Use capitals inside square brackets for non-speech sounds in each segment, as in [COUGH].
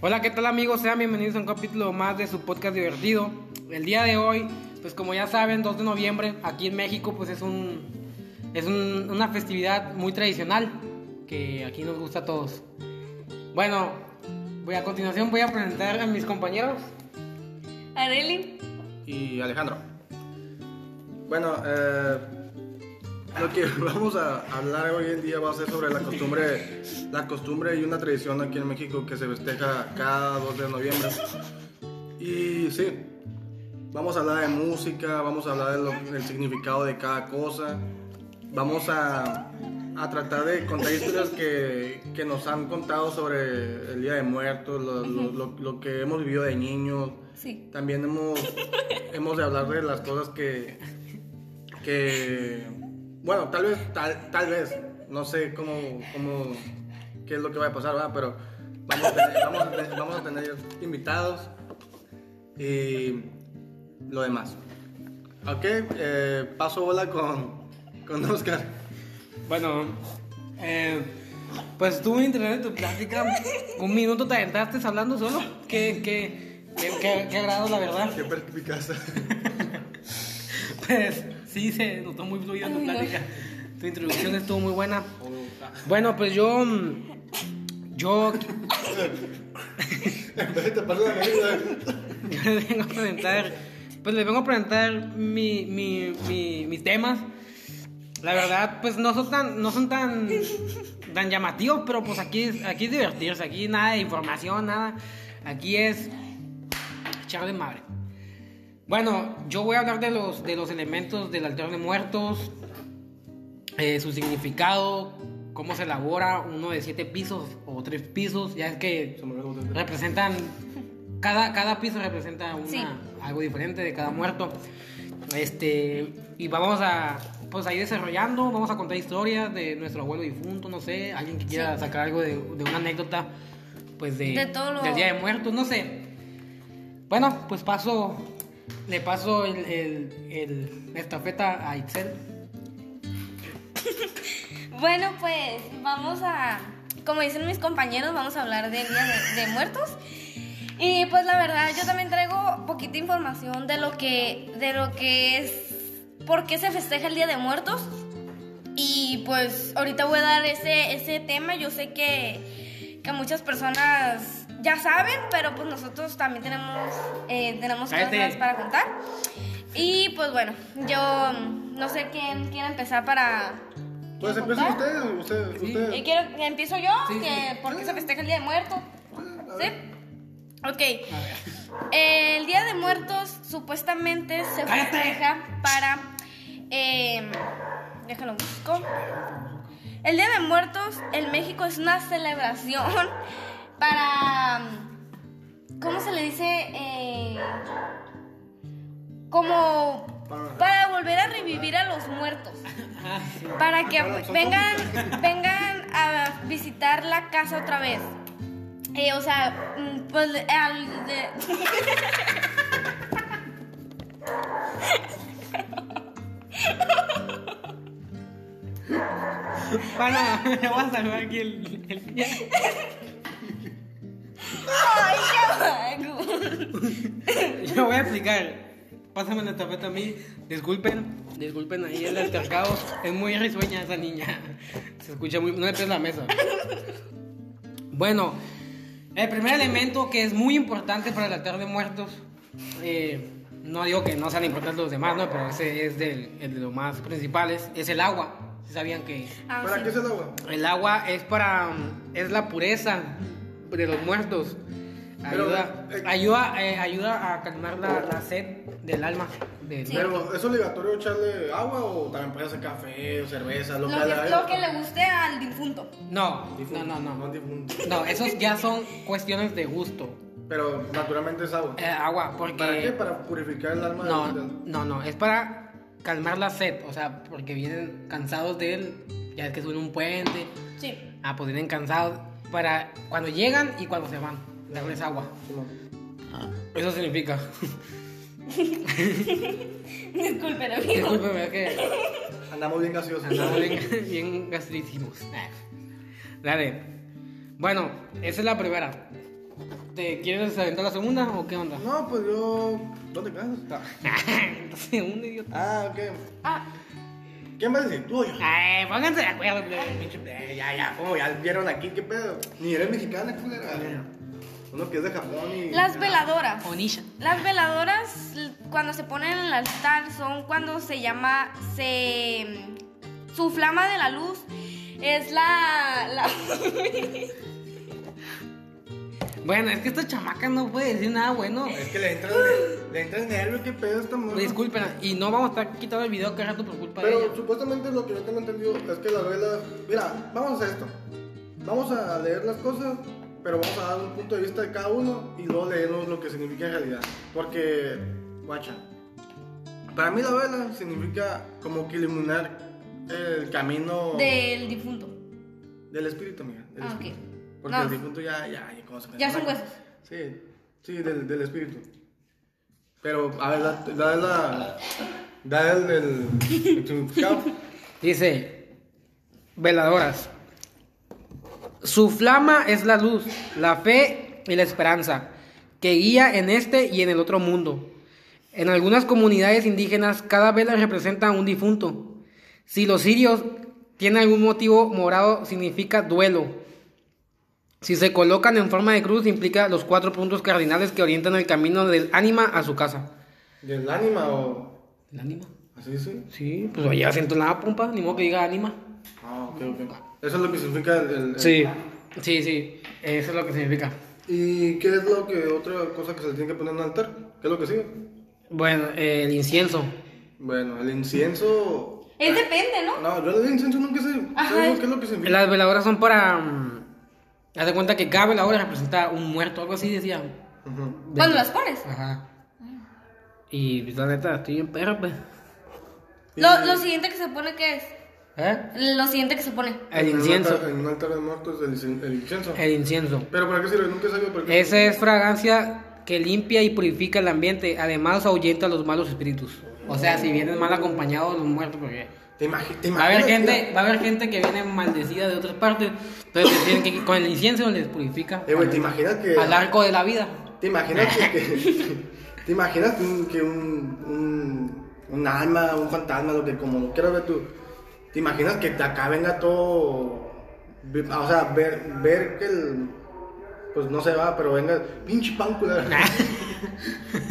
Hola, ¿qué tal amigos? Sean bienvenidos a un capítulo más de su podcast divertido. El día de hoy, pues como ya saben, 2 de noviembre, aquí en México, pues es un es un- una festividad muy tradicional que aquí nos gusta a todos. Bueno, voy a continuación voy a presentar a mis compañeros. Areli, y Alejandro. Bueno, eh, lo que [LAUGHS] vamos a hablar hoy en día va a ser sobre la costumbre, la costumbre y una tradición aquí en México que se festeja cada 2 de noviembre. Y sí, vamos a hablar de música, vamos a hablar de lo- del significado de cada cosa, vamos a, a tratar de contar historias que, que nos han contado sobre el Día de Muertos, lo- lo- lo- lo que hemos vivido de niños, sí. también hemos, hemos de hablar de las cosas que, que bueno, tal vez, tal, tal vez, no sé cómo, cómo, qué es lo que va a pasar, ¿verdad? pero vamos a tener, vamos a tener- vamos a tener invitados y lo demás. Ok, eh, paso bola con, con Oscar. Bueno, eh, pues tú internet tu plática, un minuto te aventaste hablando solo. Qué qué qué, qué- qué agrado, la verdad. Qué perspicaz. Pues sí, se notó muy fluida tu Ay, no. plática. Tu introducción estuvo muy buena. Bueno, pues yo. mm, Yo, [LAUGHS] En vez de taparle la nariz, yo les vengo a presentar. Pues les vengo a presentar mi, mi, mi- mis temas. La verdad, pues no son tan, no son tan, tan llamativos, pero pues aquí es, aquí es divertirse, aquí nada de información, nada. Aquí es echar de madre. Bueno, yo voy a hablar de los, de los elementos del altar de muertos, eh, su significado, cómo se elabora uno de siete pisos o tres pisos, ya es que representan, cada, cada piso representa una- Sí. algo diferente de cada muerto. Este, y vamos a pues ahí desarrollando, vamos a contar historias de nuestro abuelo difunto, no sé, alguien que quiera Sí. sacar algo de, de una anécdota, pues de, De todo lo- del Día de Muertos, no sé. Bueno, pues paso, le paso el, el, el- la estafeta a Itzel. Bueno, pues vamos a, como dicen mis compañeros, vamos a hablar del Día de, de Muertos. Y pues la verdad, yo también traigo poquita información de lo que, de lo que es, por qué se festeja el Día de Muertos. Y pues ahorita voy a dar ese, ese tema. Yo sé que, que muchas personas ya saben, pero pues nosotros también tenemos, eh, tenemos Cállate. cosas para contar. Y pues bueno, yo mm, no sé quién quiere empezar para. pues empiecen ustedes, ustedes, ustedes. Eh, quiero- empiezo yo, Sí, sí. que- porque se festeja el Día de Muertos. A ¿Sí? ver. Ok. El Día de Muertos supuestamente se ¡Cállate! festeja para. em, déjalo busco. El Día de Muertos en México es una celebración [LAUGHS] para. ¿Cómo se le dice? Eh, como. Para- Para volver a revivir a los muertos para que Claro, son vengan, vengan a visitar la casa otra vez. Eh, o sea, mm, pues al de- Bueno, [LAUGHS] le voy a salvar aquí el, el- Ay, qué vago. [LAUGHS] Yo voy a explicar. Pásame la estafeta a mí. Disculpen, disculpen ahí el altercado. Es muy risueña esa niña. Se escucha muy. No le pegues la mesa. Bueno, el primer elemento que es muy importante para el altar de muertos. eh, no digo que no sean importantes los demás, ¿no? Pero ese es del, el de los más principales. Es el agua. ¿Sí ¿Sabían que Ah, ¿Para sí. qué es el agua? El agua es para. es la pureza de los muertos. Pero, Ayuda, eh, ayuda, eh, ayuda a calmar la, la sed del alma. del Sí. muerto. Pero, ¿es obligatorio echarle agua o también puede ser café o cerveza? Lo que, Lo, lo que le guste al difunto. No, no, no, No no. difunto. No, esos ya son cuestiones de gusto. Pero naturalmente es agua. Eh, agua, porque. ¿Para qué? Para purificar el alma. No, del- no, no. Es para calmar la sed. O sea, porque vienen cansados de él. Ya es que suben un puente. Sí. [LAUGHS] Ah, pues vienen cansados. Para cuando llegan y cuando se van, darles agua. Eso significa. Disculpen, amigo. Discúlpeme, es que. Andamos bien gaseosos. Andamos bien, [LAUGHS] bien gastritísimos. Dale. Bueno, esa es la primera. ¿Te quieres aventar la segunda o qué onda? No, pues yo. ¿Dónde quedas? [LAUGHS] Entonces, un idiota. Ah, ok. Ah, ¿Quién va a decir? Tú o yo. Ay, pónganse de acuerdo, plebe. Pinche, eh, Ya, ya, como ya vieron aquí, qué pedo. Ni eres mexicana, culera. Uno que es de Japón y. las veladoras. Onisha. Las veladoras l- cuando se ponen en el altar son cuando se llama se su flama de la luz es la, la [LAUGHS] Bueno, es que esta chamaca no puede decir nada bueno. Es que le entran de, le entran nervios, qué pedo esta morra. Disculpen, y no vamos a estar quitando el video cada rato por culpa de Pero ella. supuestamente lo que yo tengo entendido es que las velas. Mira, vamos a hacer esto. Vamos a leer las cosas, pero vamos a dar un punto de vista de cada uno y luego leernos lo que significa en realidad. Porque, guacha, para mí la vela significa como que iluminar el camino del difunto. del espíritu, mira. del Ah, ok. espíritu. Porque No. el difunto ya, ya, ya, ¿cómo se Ya son menciona? huesos. Sí, sí, del, del espíritu. Pero, a ver, da, da la. Da el. el, el significado. Dice, veladoras. Su flama es la luz, la fe y la esperanza, que guía en este y en el otro mundo. En algunas comunidades indígenas cada vela representa a un difunto. Si los sirios tienen algún motivo morado, significa duelo. Si se colocan en forma de cruz, implica los cuatro puntos cardinales que orientan el camino del ánima a su casa. ¿Del ánima o.? ¿El ánima? ¿Así sí? Sí, pues allá siento la pompa, ni modo que diga ánima. Ah, ok, ok. Eso es lo que significa el. el- el- Sí, sí, sí, eso es lo que significa. ¿Y qué es lo que. otra cosa que se le tiene que poner en un altar? ¿Qué es lo que sigue? Bueno, eh, el incienso. Bueno, el incienso. Es depende, ¿no? No, yo el incienso nunca sé. Ajá. ¿Sabes qué es lo que significa? Las veladoras son para... mm, Haz de cuenta que cada veladora representa un muerto, algo así decía. Ujú. Cuando las pones. Ajá. Y pues, la neta, estoy en perro, pues. Lo, lo siguiente que se pone qué es? ¿Eh? Lo siguiente que se pone. El En un incienso. Eh. altar- En un altar de muertos, el, incien- el incienso. El incienso. ¿Pero para qué sirve? Nunca he sabido por qué. Esa es fragancia que limpia y purifica el ambiente. Además, ahuyenta a los malos espíritus. O sea, si vienen mal acompañados los muertos, porque... Te, imagi- te Va a haber imaginas, gente, tío? va a haber gente que viene maldecida de otras partes. Entonces tienen que con el incienso les purifica. Eh, güey, ¿te imaginas que...? Al arco de la vida. ¿Te imaginas [LAUGHS] que...? que- [LAUGHS] ¿Te imaginas que un, que un, un, un alma, un fantasma, lo que como lo quieras ver tú... ¿Te imaginas que te acá venga todo... ve- O sea, ver, ver que el... Pues no se va, pero venga... Pinche pan, culera". [LAUGHS] Ah. [LAUGHS]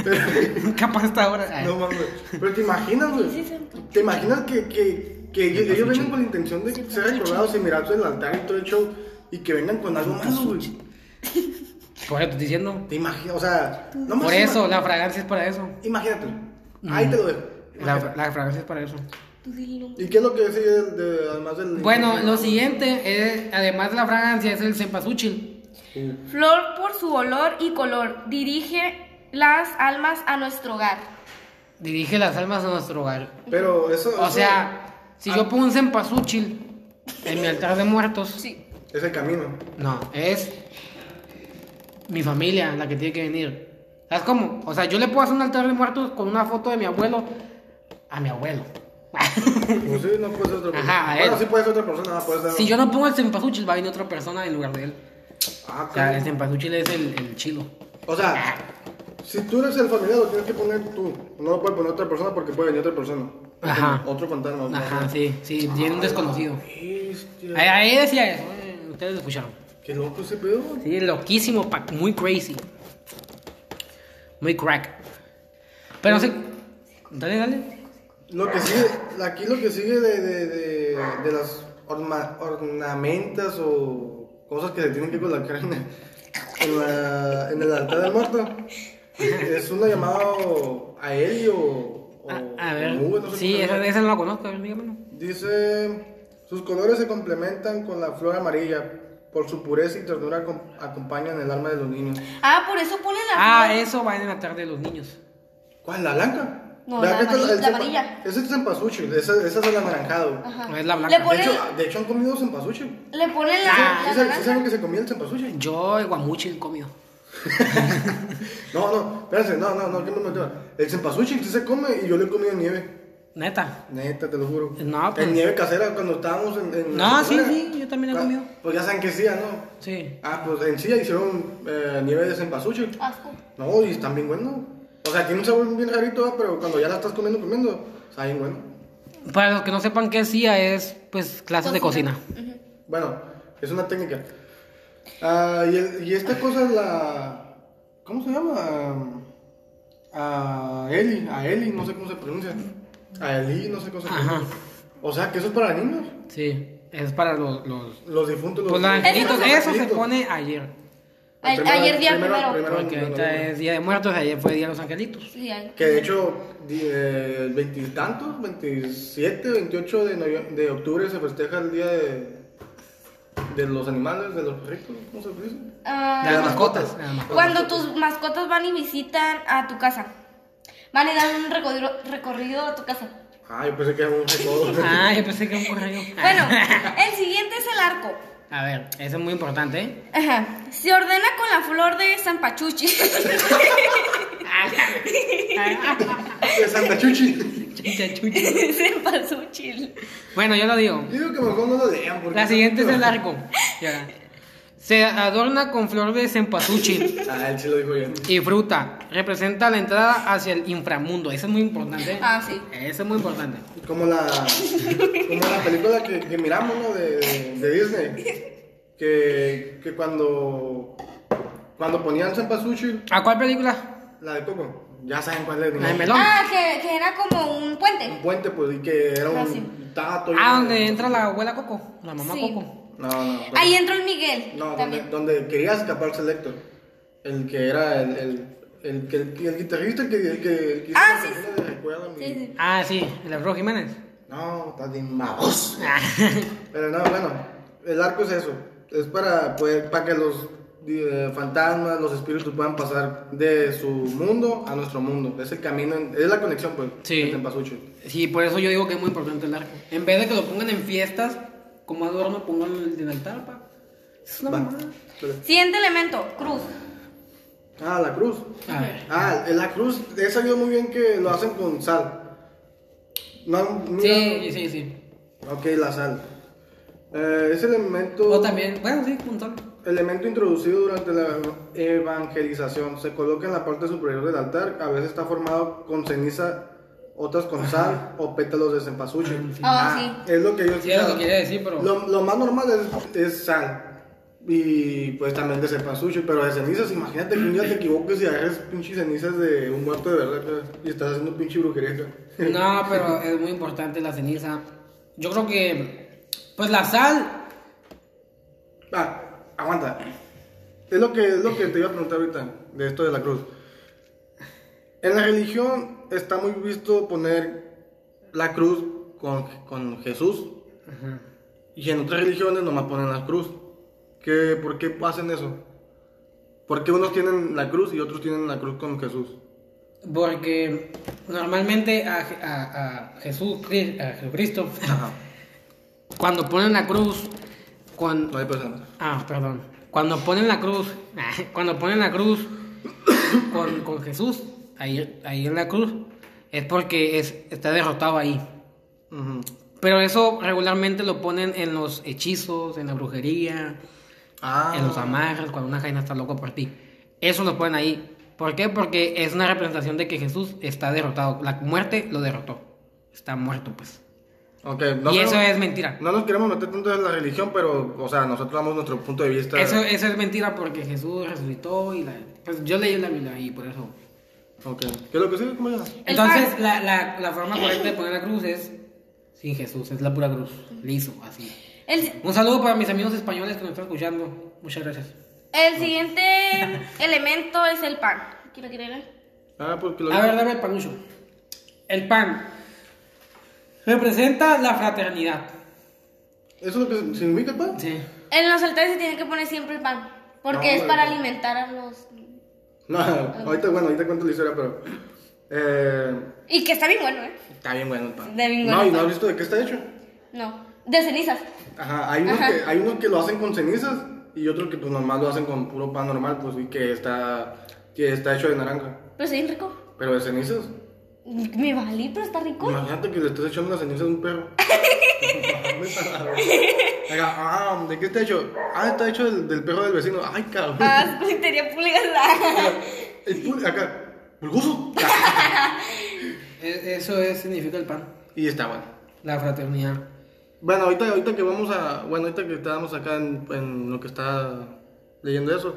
Pero- Capaz hasta ahora. Ay. No mames. Pero te imaginas, güey. Te imaginas que, que, que ellos, ellos vengan con la intención de ser recordados y mirarse en el altar y todo el show y que vengan con algo malo, Por güey. eso te estoy diciendo. Te imaginas, o sea, no Por mames, eso, ima- la fragancia es para eso. Imagínate. Ahí te lo dejo. La, Imagínate. la fragancia es para eso. ¿Y qué es lo que sigue de, de- además del.? Bueno, lo siguiente, es, además de la fragancia, es el cempasúchil. Flor por su olor y color dirige las almas a nuestro hogar. Dirige las almas a nuestro hogar. Pero eso. O eso sea, si Ah. yo pongo un cempasúchil en mi altar de muertos, Sí. Es el camino. No, es mi familia la que tiene que venir. ¿Sabes cómo? O sea, yo le puedo hacer un altar de muertos con una foto de mi abuelo a mi abuelo. [LAUGHS] Pues sí, no puede ser otra persona. Ajá, bueno, él. sí puede ser otra persona, puede ser. si yo no pongo el cempasúchil, va a venir otra persona en lugar de él. Ah, O sea, el claro. cempasúchil es el, el chilo. O Ah. sea, si tú eres el familiar, lo tienes que poner tú. No lo puede poner otra persona porque puede venir otra persona. Ajá. Otro fantasma. otro Ajá, fantasma. sí, sí, tiene un desconocido. Bestia. Ahí, ahí decía eso, eh, ustedes lo escucharon. Qué loco ese pedo. Sí, loquísimo, pa- muy crazy. Muy crack. Pero no sé. Dale, dale. Lo que sigue, aquí lo que sigue de, de, de, de las orma- ornamentas o cosas que se tienen que colocar en, [LAUGHS] en la- en el altar del muerto es uno llamado a él o. o- Ah, A, a o ver. Uwe, no sé Sí, cómo se esa, llama. esa no la conozco, a ver, dígamelo. Dice, sus colores se complementan con la flor amarilla. Por su pureza y ternura acom- acompañan el alma de los niños. Ah, por eso ponen la Ah, flor. eso va en la tarde de los niños. ¿Cuál? ¿La blanca? No, la ¿Verdad que esta es amarilla- la el cempa- amarilla. Ese es el cempasúchil, ese, ese es el anaranjado. Ajá. Es la blanca. Le De ponen, hecho, de hecho, han comido cempasúchil. le ponen la, Ah, la ¿Sí, saben- naranja. sí saben que se comía el cempasúchil? Yo el guamuchil comido. No, no, espérense, no, no, no, ¿qué me metió? El cempasúchil sí se come y yo le he comido nieve. Neta. Neta, te lo juro. No, pues. En nieve casera cuando estábamos en... en No, sí, Sonora, sí, yo yo también he Ah, comido. Pues ya saben que sí, ¿no? Sí. Ah, pues en sí hicieron eh, nieves en pasuche. Asco. No, y están bien buenos. O sea, tiene un sabor bien rarito, ah, pero cuando ya la estás comiendo, comiendo, está bien bueno. Para los que no sepan qué es CIA, es pues clases de cocina. Bueno, es una técnica. Ah, y, el- y esta cosa es la. ¿Cómo se llama? Ah, A Eli, a Eli, no sé cómo se pronuncia. A Eli, no sé cómo se Ajá. pronuncia. O sea, que eso es para niños. Sí, es para los... los... Los difuntos, los Pues los angelitos, los eso se angelitos. pone ayer. A- Primero- ayer día primero. Porque primero- ahorita es Día de Muertos, ayer fue Día de los Angelitos. Sí, ay. Que de hecho, di- eh, el veintitantos, 27, 28 de, novie- de octubre se festeja el día de, de los animales, de los perritos, ¿cómo se dice? Ah, De las mascotas. de las mascotas. Cuando tus mascotas van y visitan a tu casa, van y dan un recorrido, recorrido a tu casa. Ah, yo pensé [LAUGHS] que era un recodo. Ah, yo pensé que era un correo. [LAUGHS] Bueno, el siguiente es el arco. A ver, eso es muy importante, ¿eh? [LAUGHS] Ajá. Se ordena con la flor de [LAUGHS] Zampachuchi. [LAUGHS] de Santa Chuchi. Chucha, chucha. Zampachuchi. Bueno, yo lo digo. Yo digo que mejor no lo lean. Porque La siguiente es el arco. Ya. Se adorna con flor de cempasúchil Ah, él sí lo dijo bien. y fruta. Representa la entrada hacia el inframundo. Eso es muy importante. Ah, sí. Eso es muy importante. Como la, como la película que, que miramos, ¿no? De, de Disney. Que, que cuando, cuando ponían Sempasuchi, ¿A cuál película? la de Coco, ya saben cuál es. ¿no? La de melón. Ah, que, que era como un Un puente. puente, pues, y que era un Ah, sí. tato. y- Ah, donde entra la abuela Coco, la mamá Sí. Coco. No, no. no. Ahí entró el eh, Miguel. No, donde, también. donde quería escaparse el Héctor. El que era el, el, el, que- el, guitarrista que... el que, el que hizo Ah, la sí, canción de Recuérdame. Sí, sí. Ah, sí, el Alfredo Jiménez. Ah. No, está de magos. Pero no, bueno, el arco es eso. Es para, poder- para que los eh, fantasmas, los espíritus puedan pasar de su mundo a nuestro mundo. Es el camino, en- es la conexión, pues, Sí. del Tempasuchil. [LAUGHS] Sí, por eso yo digo que es muy importante el arco. En vez de que lo pongan en fiestas, como adorno, pongan el del altar, pa. Es una Va. mamada. Siguiente elemento, cruz. Ah, la cruz. A ver. Ah, la cruz, he sabido muy bien que lo hacen con sal. No, mira, Sí, sí, sí. Ok, la sal. Eh, es elemento, O también, bueno, sí, puntal. elemento introducido durante la evangelización. Se coloca en la parte superior del altar. A veces está formado con ceniza, otras con sal o pétalos de cempasúchil. Ah, Es lo que yo Sí, es lo que quería decir, pero. lo, lo más normal es, es sal. Y pues también de cempasúchil, pero de cenizas, imagínate que un día te equivoques y agarres pinches cenizas de un muerto de verdad acá, y estás haciendo pinche brujería. acá. No, pero es muy importante la ceniza. Yo creo que, pues la sal, Ah, aguanta. Es lo que, es lo que te iba a preguntar ahorita, de esto de la cruz. En la religión está muy visto poner la cruz con, con Jesús. Y en otras religiones nomás ponen la cruz. ¿Qué, ¿Por qué hacen eso? ¿Por qué unos tienen la cruz y otros tienen la cruz con Jesús? porque normalmente a, Je- a- a Jesús, Cri- a Jesucristo, Ajá, [LAUGHS] cuando ponen la cruz, cuando, no hay personas. ah, perdón, cuando ponen la cruz, [LAUGHS] cuando ponen la cruz [COUGHS] con, con Jesús, ahí, ahí en la cruz, es porque es, está derrotado ahí. Ujú. Pero eso regularmente lo ponen en los hechizos, en la brujería, Ah, en los amarres, cuando una jaina está loco por ti. Eso lo ponen ahí. ¿Por qué? Porque es una representación de que Jesús está derrotado. La muerte lo derrotó. Está muerto, pues. ok, no y creo- eso es mentira. No nos queremos meter tanto en la religión, pero, o sea, nosotros damos nuestro punto de vista. Eso, eso es mentira porque Jesús resucitó y la... Pues yo leí la Biblia y por eso. Ok. ¿Qué es lo que sigue? ¿Cómo llamas? El Entonces, la, la- la forma correcta de poner la cruz es sin Jesús, es la pura cruz. Liso, así. El, Un saludo para mis amigos españoles que nos están escuchando. Muchas gracias. el [LAUGHS] siguiente elemento es el pan. ¿Quiero creer? Ah, porque lo A ver, dame el panucho. El pan representa la fraternidad. ¿Eso es lo que significa el pan? Sí. En los altares se tiene que poner siempre el pan. Porque No, es no, para no. alimentar a los. No, ahorita, bueno, ahorita cuento la historia, pero. Eh, Y que está bien bueno, ¿eh? está bien bueno el pan. Está bien bueno No, y el no pan. has visto de qué está hecho. No. De cenizas. Ajá, hay unos, Ajá. Que, hay unos que lo hacen con cenizas y otros que, pues, normal lo hacen con puro pan normal, pues, y que está, que está hecho de naranja. Pero está bien rico. Pero de cenizas. Me valí, pero está rico. Imagínate que le estés echando las cenizas a un perro. Acá, ah, ¿de qué está hecho? Ah, está hecho del, del perro del vecino. Ay, cabrón. Ah, [LAUGHS] tenía [LAUGHS] pulgas. El pul- acá, pulgoso. E- Eso es, significa el pan. y está bueno. La fraternidad. Bueno, ahorita, ahorita que vamos a. Bueno, ahorita que estábamos acá en, en lo que está leyendo eso.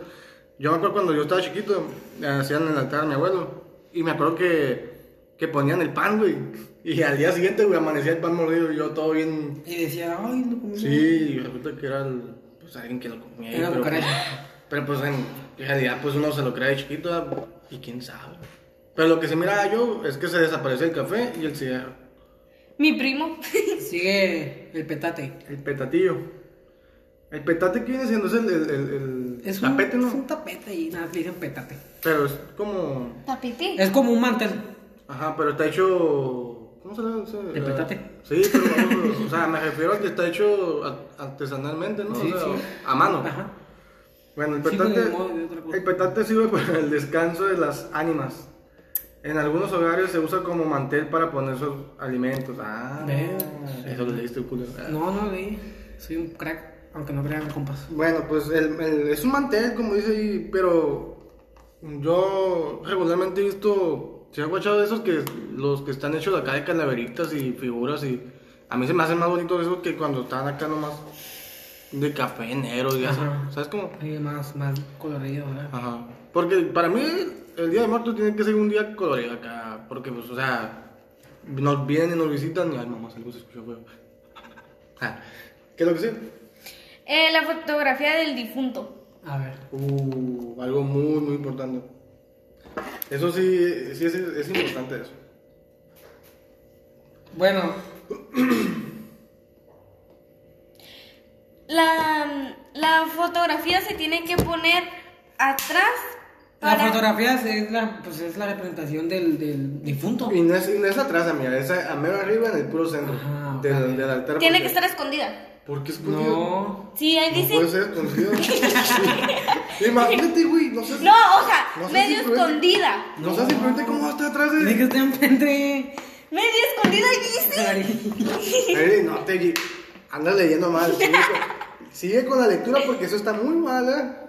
Yo me acuerdo cuando yo estaba chiquito, hacían el altar a mi abuelo. Y me acuerdo que, que ponían el pan, güey. Y al día siguiente, güey, amanecía el pan molido y yo todo bien. Y decía, ay, no comí. Sí, y resulta que era el- pues, alguien que lo comía. ahí, Era pero, pues, cucaracha. pero pues en realidad, pues uno se lo crea de chiquito ¿verdad? y quién sabe. Pero lo que se mira yo es que se desapareció el café y el cigarro. Mi primo. [LAUGHS] Sigue el petate. El petatillo. El petate que viene siendo es el, el, el, el Es un, tapete, es un ¿no? tapete y nada, le dicen petate. Pero es como. Tapete. Es como un mantel. Ajá, pero está hecho. ¿Cómo se le dice? ¿De petate? Sí, pero vamos, o sea, me refiero al que está hecho a- artesanalmente, ¿no? Sí, o sea, sí. a mano. Ajá. Bueno, el Sí, petate, pero de modo de otra cosa. el petate sirve [LAUGHS] para el descanso de las ánimas. En algunos hogares se usa como mantel para poner sus alimentos. Ah, Ve, sí. eso lo leíste, culo. No, no leí. Soy un crack, aunque no crean compas. Bueno, pues el- el- es un mantel, como dice ahí, pero yo regularmente he visto, se ha guachado de esos que los que están hechos acá de calaveritas y figuras y a mí se me hacen más bonitos esos que cuando están acá nomás de café negro y así, Ajá. ¿sabes cómo? Sí, más, más colorido, ¿verdad? Ajá. Porque para mí el Día de Muertos tiene que ser un día colorido acá, porque pues, o sea, nos vienen y nos visitan y, ay mamá, algo se escuchó feo. [LAUGHS] Ah, ¿Qué es lo que sí? Eh, la fotografía del difunto. A ver. Uh, algo muy, muy importante. Eso sí, sí es, es importante eso. Bueno, La, la fotografía se tiene que poner atrás la para... fotografía es- es la, pues es la representación del, del difunto. Y no es, y no es atrás, amiga, es a, a mero arriba en el puro centro Ajá, del, ok. del altar. Tiene porque- que estar escondida. ¿Por qué escondido? No. Sí, ahí No dice... puede ser [LAUGHS] escondido. Imagínate, güey, no sé si- No, o sea, No sé medio si fue- escondida. No sé si frente cómo va a estar atrás Tiene que de... estar enfrente. Medio escondida ahí dice. Ey, no te... gui- Andas leyendo mal. Sigue con, sigue con la lectura porque eso está muy mal, ¿eh?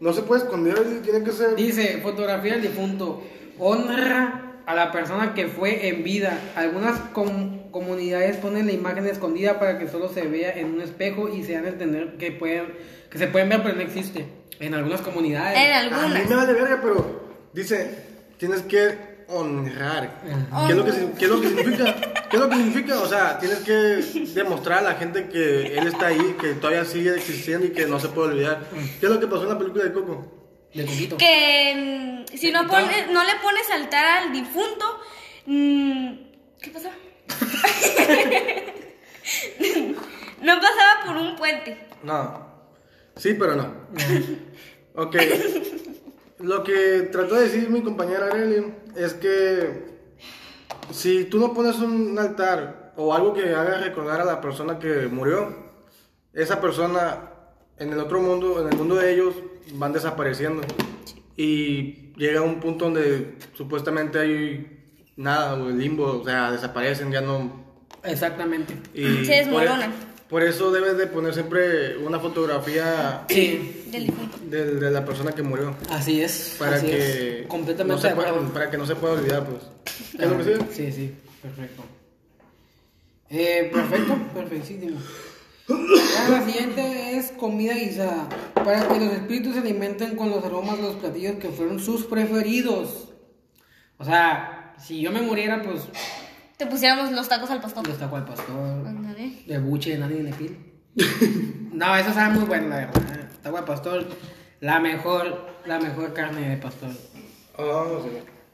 No se puede esconder, tiene que ser... Dice, fotografía del difunto. Honra a la persona que fue en vida. Algunas com- comunidades ponen la imagen escondida para que solo se vea en un espejo y se dan a entender que, pueden, que se pueden ver, pero no existe. En algunas comunidades. En A mí me algunas. vale verga, pero dice, tienes que honrar. Ajá. ¿Qué es, lo que, si- qué es lo que significa? ¿Qué es lo que significa? O sea, tienes que demostrar a la gente que él está ahí, que todavía sigue existiendo y que no se puede olvidar. ¿Qué es lo que pasó en la película de Coco? De poquito. Que mm, si no, pone- no le pones altar al difunto... mm, ¿Qué pasaba? [LAUGHS] no pasaba por un puente. No. Sí, pero no. Ok. Lo que trató de decir mi compañera Arely es que si tú no pones un altar o algo que haga recordar a la persona que murió, esa persona en el otro mundo, en el mundo de ellos, van desapareciendo. Y llega un punto donde supuestamente hay nada, o el limbo, o sea, desaparecen, ya no, Exactamente. y Se desmorona. Por, e- por eso debes de poner siempre una fotografía Sí, Del difunto. del- de, la persona que murió. así es. Para así que es. Completamente no se de pueda- acuerdo. para que no se pueda olvidar, pues. ¿Qué es lo que sigue? Ah, Sí, sí, perfecto. Eh, perfecto, perfectísimo. Ya, la siguiente es comida guisada. Para que los espíritus se alimenten con los aromas de los platillos que fueron sus preferidos. O sea, si yo me muriera, pues Te pusiéramos los tacos al pastor. los taco al pastor, Ándale. de buche, de nani de nepil. No, eso sabe muy bueno, la verdad. Taco al pastor, la mejor, la mejor carne de pastor. Ah, sí.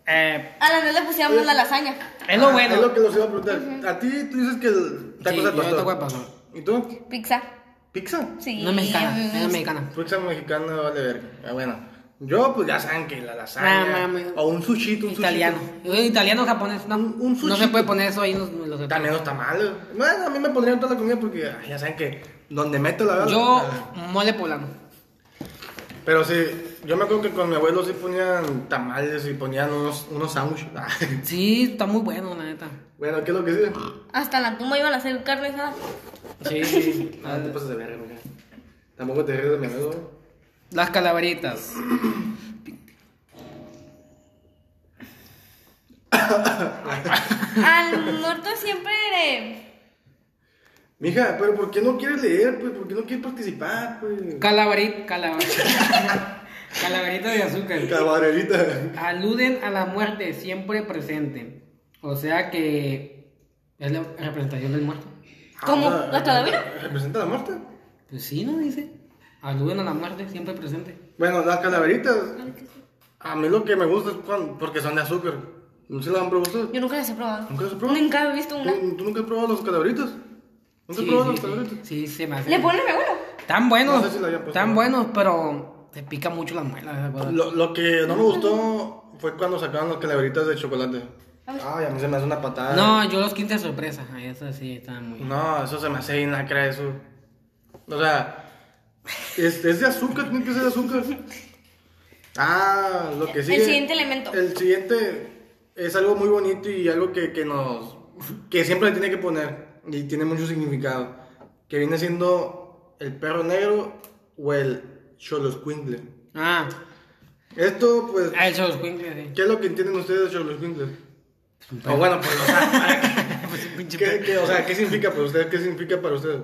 Eh, A la vez le pusiéramos la lasaña. es lo Ah, bueno. Es lo que los iba a preguntar. A ti tú dices que el tacos Sí, al yo pastor. taco al pastor. ¿Y tú? Pizza. ¿Pizza? Sí. No es mexicana, me es gusta. mexicana. Pizza mexicana vale verga. Ah, bueno. Yo, pues ya saben que la lasaña. Ah, mames. o un sushito, un Italiano. sushito. Eh, Italiano, japonés, no. Un- un no se sushi. puede poner eso ahí en los, en los También los tamales. Bueno, a mí me pondrían toda la comida porque ay, ya saben que donde meto la verdad. Yo, mole poblano. Pero sí, yo me acuerdo que con mi abuelo sí ponían tamales y ponían unos, unos sándwiches. [LAUGHS] Ah, Sí, está muy bueno, la neta. Bueno, ¿qué es lo que sigue? Hasta la tumba iban a hacer carne asada. Sí. [LAUGHS] Ah, te pasas de verga, mija. Tampoco te ríes de mi amigo, güey. Las calaveritas. Al muerto siempre le- Mija, pero ¿por qué no quieres leer, pues? ¿Por qué no quieres participar, pues? Calaverita. Calaverita. calaverita de azúcar. Cabarerita. Aluden a la muerte siempre presente. O sea que es la representación del muerto. ¿Cómo? Ah, ¿La calavera? ¿Representa la muerte? Pues sí, ¿no? Dice. Aluden a la muerte siempre presente. Bueno, las calaveritas. A mí lo que me gusta es cuando, porque son de azúcar. ¿No se las han probado ustedes? Yo nunca las he probado. ¿Nunca las has probado? Nunca he visto una. ¿Tú, tú nunca has probado las calaveritas? ¿Nunca has Sí, probado sí, las sí. calaveritas? Sí, se me hace. Le pone mi abuelo. Tan buenos, No sé si lo habían puesto. tan buenos, pero te pica mucho las muelas. esa cosa. Lo, lo que no me gustó fue cuando sacaron las calaveritas de chocolate. Ay, a mí se me hace una patada. No, yo los 15 de sorpresa, ay, eso sí, está muy... No, eso se me hace bien lacra, eso. O sea, es, es de azúcar, tiene que ser de azúcar. Ah, lo que sigue. siguiente elemento. El siguiente es algo muy bonito y algo que, que nos. que siempre le tiene que poner y tiene mucho significado. Que viene siendo el perro negro o el Choloscuincle. Ah, Esto, pues. ah, el Choloscuincle, sí. ¿Qué es lo que entienden ustedes de Choloscuincle? O bueno, pues, o sea, Pues, [LAUGHS] pinche [LAUGHS] ¿qué, qué- o sea, ¿qué significa para ustedes? ¿Qué significa para ustedes?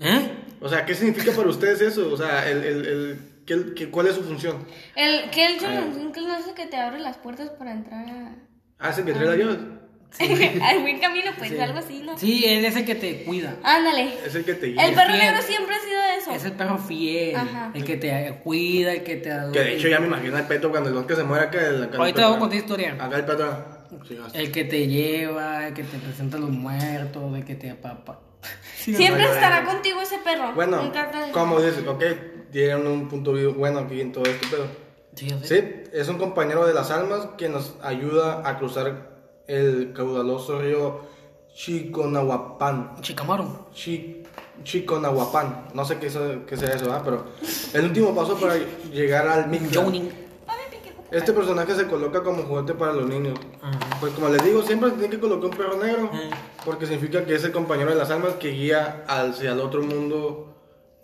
¿Eh? O sea, ¿qué significa para ustedes eso? O sea, el, el, el, ¿qué- qué- ¿cuál es su función? El que el Choloncuncle no es el que te abre las puertas para entrar a... ¿Hace Ah, que trae la llave? [LAUGHS] al buen camino, pues, algo así, ¿no? Sí, él es el que te cuida, Ándale. Es el que te guía. El perro Fiel. negro siempre ha sido eso. es el perro fiel, Ajá. el que te cuida, el que te adora. Que de hecho ya me imagino al peto cuando el bosque se muera acá. El, acá el Ahorita voy Peto, a acá. contar historia. Acá el peto. Sí, hasta- El que te lleva, el que te presenta a los muertos, el que te apapa. Siempre Ay, estará ay, contigo ese perro. Bueno, Nunca te- como dices, ok, dieron un punto vivo bueno aquí en todo este pedo. Sí, yo sé. Sí, es un compañero de las almas que nos ayuda a cruzar el caudaloso río Chiconahuapán. Chicamaro. Chi- Chiconahuapán. No sé qué, es- qué sea eso, ¿verdad? pero el último paso para llegar al Mictlán. Jonin. Este personaje se coloca como juguete para los niños. Pues como les digo, siempre se tiene que colocar un perro negro. Eh. Porque significa que es el compañero de las almas que guía hacia el otro mundo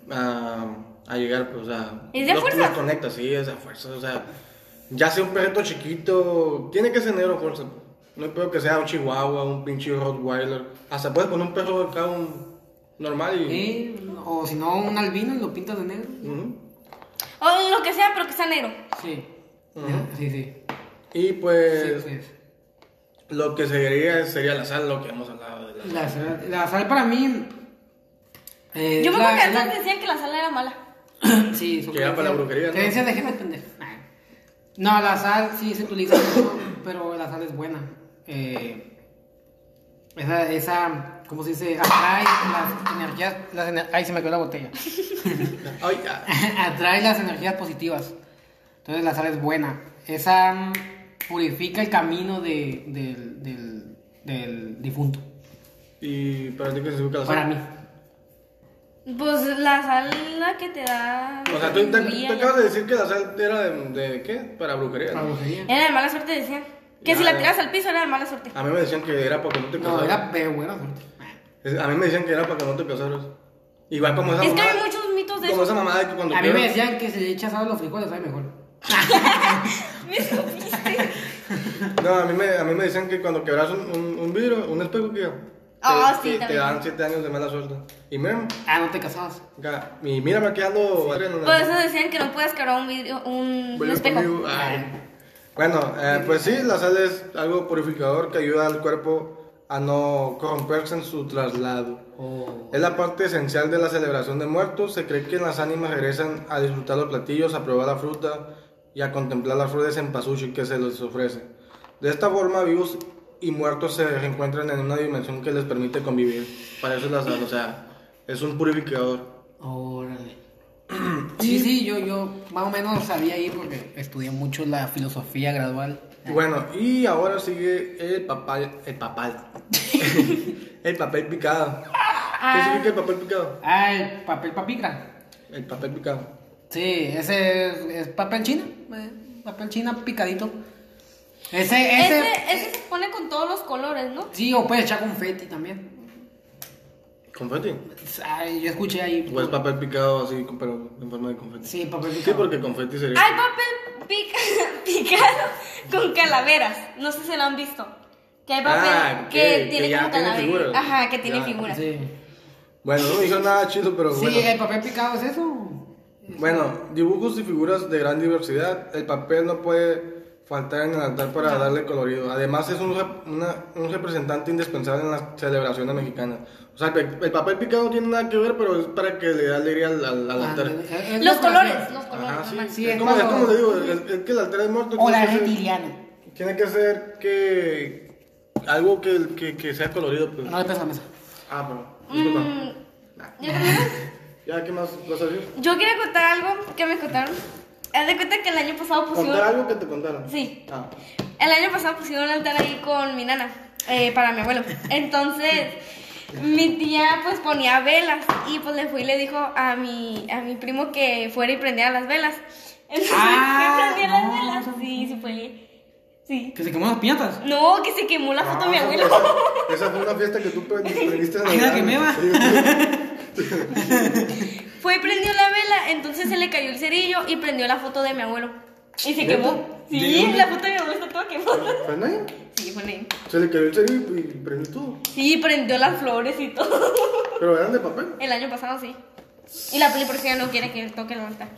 a, a llegar, pues a... ¿Es de los- fuerza? los conecta, sí, es de fuerza. O sea, ya sea un perrito chiquito, tiene que ser negro fuerza. No espero que sea un chihuahua, un pinche Rottweiler. Hasta puedes poner un perro acá, un normal y... Sí, Eh, o si no, un albino y lo pintas de negro. Ujú. O lo que sea, pero que sea negro. Sí. Ajá. Sí, sí. Y Sí, pues, pues. lo que seguiría sería la sal, lo que hemos hablado de la La sal, la sal para mí. eh, Yo me la- acuerdo que la- antes decían que la sala era mala. [COUGHS] Sí, son Que era para la brujería, ¿no? Creencias de gente pendeja. Nah. No, la sal sí se utiliza mucho, pero la sal es buena. Eh, esa, esa, ¿cómo se dice? Atrae las energías. Las ener- Ay, se me quedó la botella. [LAUGHS] Ay, ya. Atrae las energías positivas. Entonces la sal es buena. Esa mm, purifica el camino de- del, del, del difunto. ¿Y para ti qué significa la sal? Para mí. Pues la sal la que te da. O sea, tú te, sabiduría te y- acabas de decir que la sal era de, de qué? Para brujería. Para ¿no? brujería. Era de mala suerte, decían. Que Ya, si la ya. tiras al piso era de mala suerte. A mí me decían que era para que no te No, casaras. era pero buena suerte. Es- A mí me decían que era para que no te casaras. Igual como esa Es que mamada. hay muchos mitos de como eso. esa mamada de que cuando A mí me quieras- decían que si le echas sal a los frijoles sabe mejor. [LAUGHS] Me supiste. No, a mí me, a mí me decían que cuando quebras un, un, un vidrio, un espejo que Ah, te, sí, te- te también. dan 7 años de mala suerte. Y mira, Ah, no te casabas. acá, y mira me quedando Por eso decían que no puedes quebrar un vidrio, un, un Vuelve espejo. conmigo. Ah. Ay. Bueno, eh, pues sí, la sal es algo purificador que ayuda al cuerpo a no corromperse en su traslado. O Es la parte esencial de la celebración de muertos. Se cree que las ánimas regresan a disfrutar los platillos, a probar la fruta y a contemplar las flores en pasuchi que se les ofrece. De esta forma, vivos y muertos se reencuentran en una dimensión que les permite convivir. Para eso es la sal, o sea, es un purificador. Órale. [CLEARS THROAT] Sí, sí, yo, yo más o menos sabía ahí porque estudié mucho la filosofía gradual. Y Bueno, y ahora sigue el papal. El papal. el papel picado. ¿Qué significa el papel picado? Ah, el papel papica. El papel picado. Sí, ese es, es papel china. eh, Papel china picadito. Ese, ese. Ese, ese se pone con todos los colores, ¿no? Sí, o puedes echar confeti también. ¿Confeti? Ay, yo escuché ahí. O es papel picado así, pero en forma de confeti. Sí, papel Sí, picado. porque confeti sería. Hay papel pica- [LAUGHS] picado con calaveras. No sé si lo han visto. Que hay papel Ah, que, que- que tiene ya como tiene calaveras. figuras. Ajá, que tiene Ya, figuras. Sí. Bueno, no me dijeron nada chido, pero Sí, bueno. el papel picado es eso. Bueno, dibujos y figuras de gran diversidad. El papel no puede faltar en el altar para darle colorido. Además, es un, rep- una- un representante indispensable en las celebraciones mexicanas. O sea, el, el papel picado no tiene nada que ver, pero es para que le dé alegría al, al- Ah, al altar. Ándale, es- es Los decoración. colores, los colores, Ajá, sí. nomás. Sí, es, es como, es cuando- como le digo, es, es que el altar es muerto. O la tiene que ser- reptiliana. Tiene que ser que. Algo que, que, que sea colorido, pues. No le pesa la mesa. Ah, pero. Disculpa. Mm, ¿ya terminaron? ¿Ya qué más vas a decir? Mm, Yo quería contar algo que me contaron. Haz de cuenta que el año pasado pusieron. Contar algo que te contaron. Sí. Ah. El año pasado pusieron un altar ahí con mi nana, eh, para mi abuelo. Entonces, mi tía pues ponía velas y pues le fui y le dijo a mi, a mi primo que fuera y prendiera las velas. Entonces, Ah, que prendiera no. las velas. Sí, sí fue. Sí. Que se quemó las piñatas. No, que se quemó la foto de mi Ah, abuelo. [LAUGHS] Esa, esa fue una fiesta que tú [LAUGHS] pre- prendiste en Ay, la que me va. Fue y prendió la vela, entonces se le cayó el cerillo y prendió la foto de mi abuelo. Y se ¿Neta? quemó. ¿De Sí, dónde? la foto de mi abuelo está toda quemada. Pues no, Sí, fue ahí. se le cayó el cerillo y prendió todo. Sí, prendió las flores y todo. [LAUGHS] Pero eran de papel. El año pasado sí. Y la peli por si ya no quiere que toque el altar.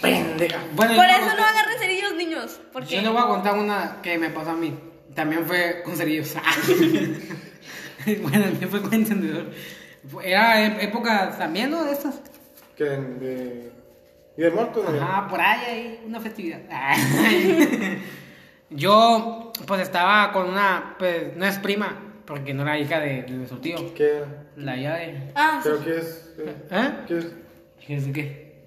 Pendeja. Bueno, Por yo- eso no agarren cerillos, niños. Porque Yo le voy a contar una que me pasó a mí. También fue con cerillos. [LAUGHS] bueno, también fue con encendedor. Era e- época también, ¿no? De estas. Que de. Y de muerto, ¿no? Ah, por ahí, ahí, una festividad. [LAUGHS] Ay. Yo, pues estaba con una, pues no es prima, porque no era hija de, de su tío. ¿Qué era? La llave. Ah, sí. ¿Pero qué es? eh, ¿Eh? ¿Qué es? ¿Qué es de qué?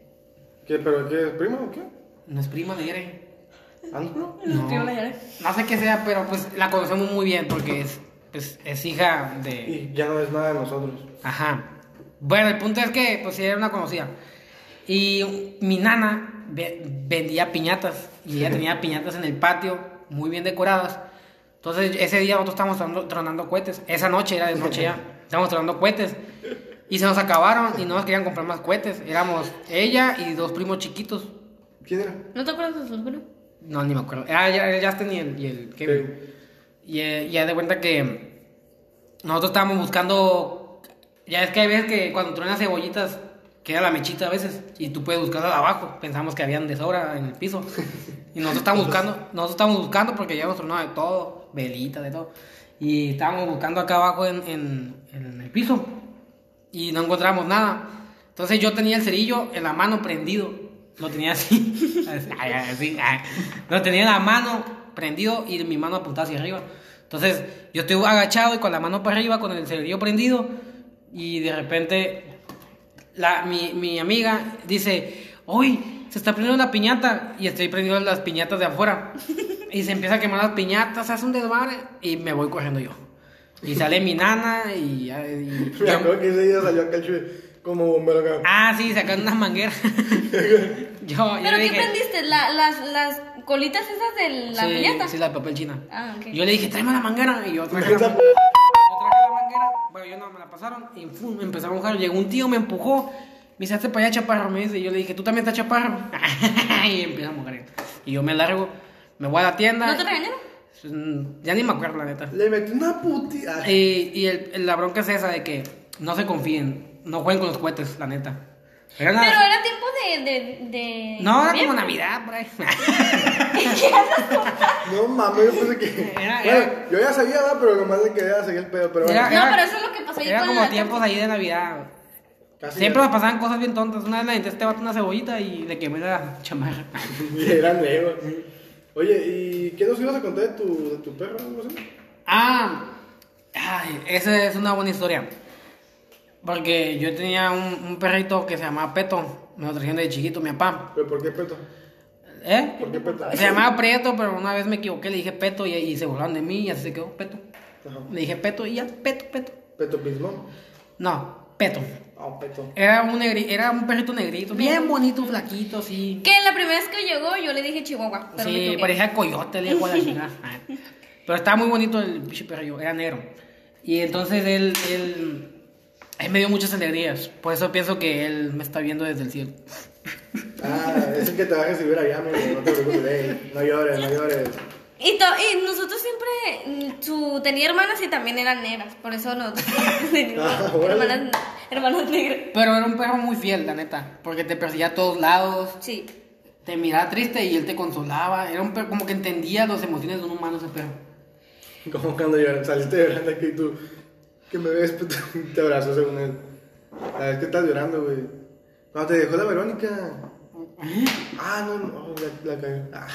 ¿Qué, ¿Pero qué es? ¿Primo o qué? No es prima de Yare. ¿Ah, no? Los tíos la lloran. No sé qué sea, pero pues la conocemos muy bien porque es, pues, es hija de. Y ya no es nada de nosotros. Ajá. Bueno, el punto es que, pues, sí, era una conocida. Y mi nana ve- vendía piñatas. Y ella tenía piñatas en el patio, muy bien decoradas. Entonces, ese día nosotros estábamos tronando, tronando cohetes. Esa noche era de noche ya. Estábamos tronando cohetes. Y se nos acabaron y no nos querían comprar más cohetes. Éramos ella y dos primos chiquitos. ¿Quién era? ¿No te acuerdas de sus grupos? No, ni me acuerdo. Era ya- el Justin y el, y el Kevin. Y eh, ya de cuenta que nosotros estábamos buscando. Ya es que hay veces que cuando truenan cebollitas queda la mechita a veces y tú puedes buscarla de abajo. Pensamos que habían de sobra en el piso. Y nosotros estábamos buscando, nosotros estábamos buscando porque ya nos tronaba de todo, velita, de todo. Y estábamos buscando acá abajo en, en- en el piso y no encontramos nada. Entonces yo tenía el cerillo en la mano prendido. Lo tenía así. [LAUGHS] Ay, ay, así, ay. Lo tenía en la mano prendido y mi mano apuntada hacia arriba. Entonces yo estoy agachado y con la mano para arriba, con el cerillo prendido. Y de repente la, mi, mi amiga dice, hoy se está prendiendo una piñata y estoy prendiendo las piñatas de afuera. Y se empieza a quemar las piñatas, hace un desmadre y me voy corriendo yo. Y sale mi nana y... [LAUGHS] ya- y- [LAUGHS] Me acuerdo que ese día salió acá el chuy como bombero acá. Ah, sí, sacaron unas mangueras. yo, yo ¿Pero le qué dije, prendiste? La- las, las colitas esas de la sí, piñata. Sí, la de papel china. Ah, ok. Yo le dije, tráeme la manguera. Y yo traje la, Esa- manguera. yo traje la manguera. Bueno, yo no, me la pasaron. Y fum, me empezó a mojar. Llegó un tío, me empujó. Me dice, hazte para allá, chaparro. Me dice, y yo le dije, tú también estás chaparro. [LAUGHS] y empieza a mojar. Y yo me largo, me voy a la tienda. ¿No te regañaron? Mm, Ya ni me acuerdo, la neta. Le metí una ah, putida. Y, y el, el- la bronca es esa de que no se confíen. No jueguen con los cohetes, la neta. Era una- Pero era tiempo de... de, de- No, era ¿Bien? como Navidad, por ahí. No mames, yo pensé que. Era- Bueno, era- yo ya sabía, ¿verdad? pero nomás le quería seguir el pedo. Pero bueno, Era- No, pero eso es lo que pasó ahí Era con como la- tiempos ahí de Navidad. casi. Siempre nos pasaban cosas bien tontas. Una vez le aventé a este vato una cebollita y le quemé la chamarra. [LAUGHS] Y era nuevo. Oye, ¿y qué nos ibas a contar de tu, de tu perro o algo así? Ah, ay, esa es una buena historia. Porque yo tenía un, un perrito que se llamaba Peto. Me lo trajeron de chiquito, mi papá. ¿Pero por qué peto? ¿Eh? ¿Por qué peto? Se llamaba Prieto, pero una vez me equivoqué, le dije Peto y, y se burlaron de mí y así se quedó Peto. Ajá. Le dije Peto y ya, Peto, Peto. Peto Pismo. No, Peto. Oh, peto. Era un, negri- era un perrito negrito, bien bonito, flaquito, así. Que la primera vez que llegó yo le dije Chihuahua. Pero me Sí, equivoqué. parecía coyote, le [LAUGHS] digo a la chingada. Pero estaba muy bonito el pinche perrillo, era negro. Y entonces él, él, él me dio muchas alegrías. Por eso pienso que él me está viendo desde el cielo. Ah, es el que te va a recibir allá, amigo. No te preocupes, ey, No llores, no llores. Y, to- y nosotros siempre, mm, su, tenía hermanas y también eran negras, por eso [LAUGHS] nosotros teníamos Ah, bueno. hermanas, hermanas negras. Pero era un perro muy fiel, la neta. Porque te perseguía a todos lados, Sí. te miraba triste y él te consolaba. Era un perro como que entendía las emociones de un humano ese perro. Como cuando lloran, saliste llorando aquí y tú, que me ves, puto, te abrazo según él. La vez que estás llorando, güey. Cuando te dejó la Verónica. Ah, no, no, la, la cagué. Ah.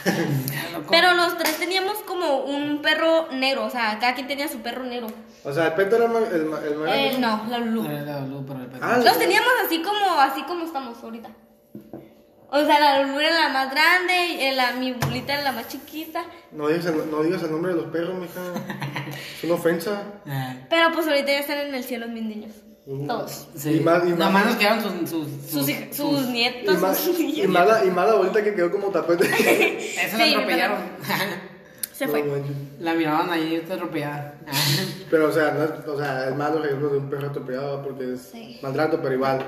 Pero los tres teníamos como un perro negro, o sea, cada quien tenía su perro negro. O sea, el peto era el, ma- el, ma- el más Eh, grande. no, la Lulu. Era la luz, pero el perro. Ah, Los teníamos así como, así como estamos ahorita. O sea, la Lulu era la más grande, y, eh, la, mi bulita era la más chiquita. No digas, el, no digas el nombre de los perros, [LAUGHS] mija. Es una ofensa. Ah, Pero pues ahorita ya están en el cielo mis niños. Todos. sí. Y más- y Nada más más- nos quedaron sus, sus, Sus, hij- sus Y, nietos. más, sus y, nietos. mala, y mala bolita que quedó como tapete. Eso Sí, la atropellaron. Se fue. No manches. [LAUGHS] la miraban ahí [LAUGHS] atropellada. Pero, o sea, no es, o sea, es malo ejemplo de un perro atropellado porque es Sí. maltrato, pero igual.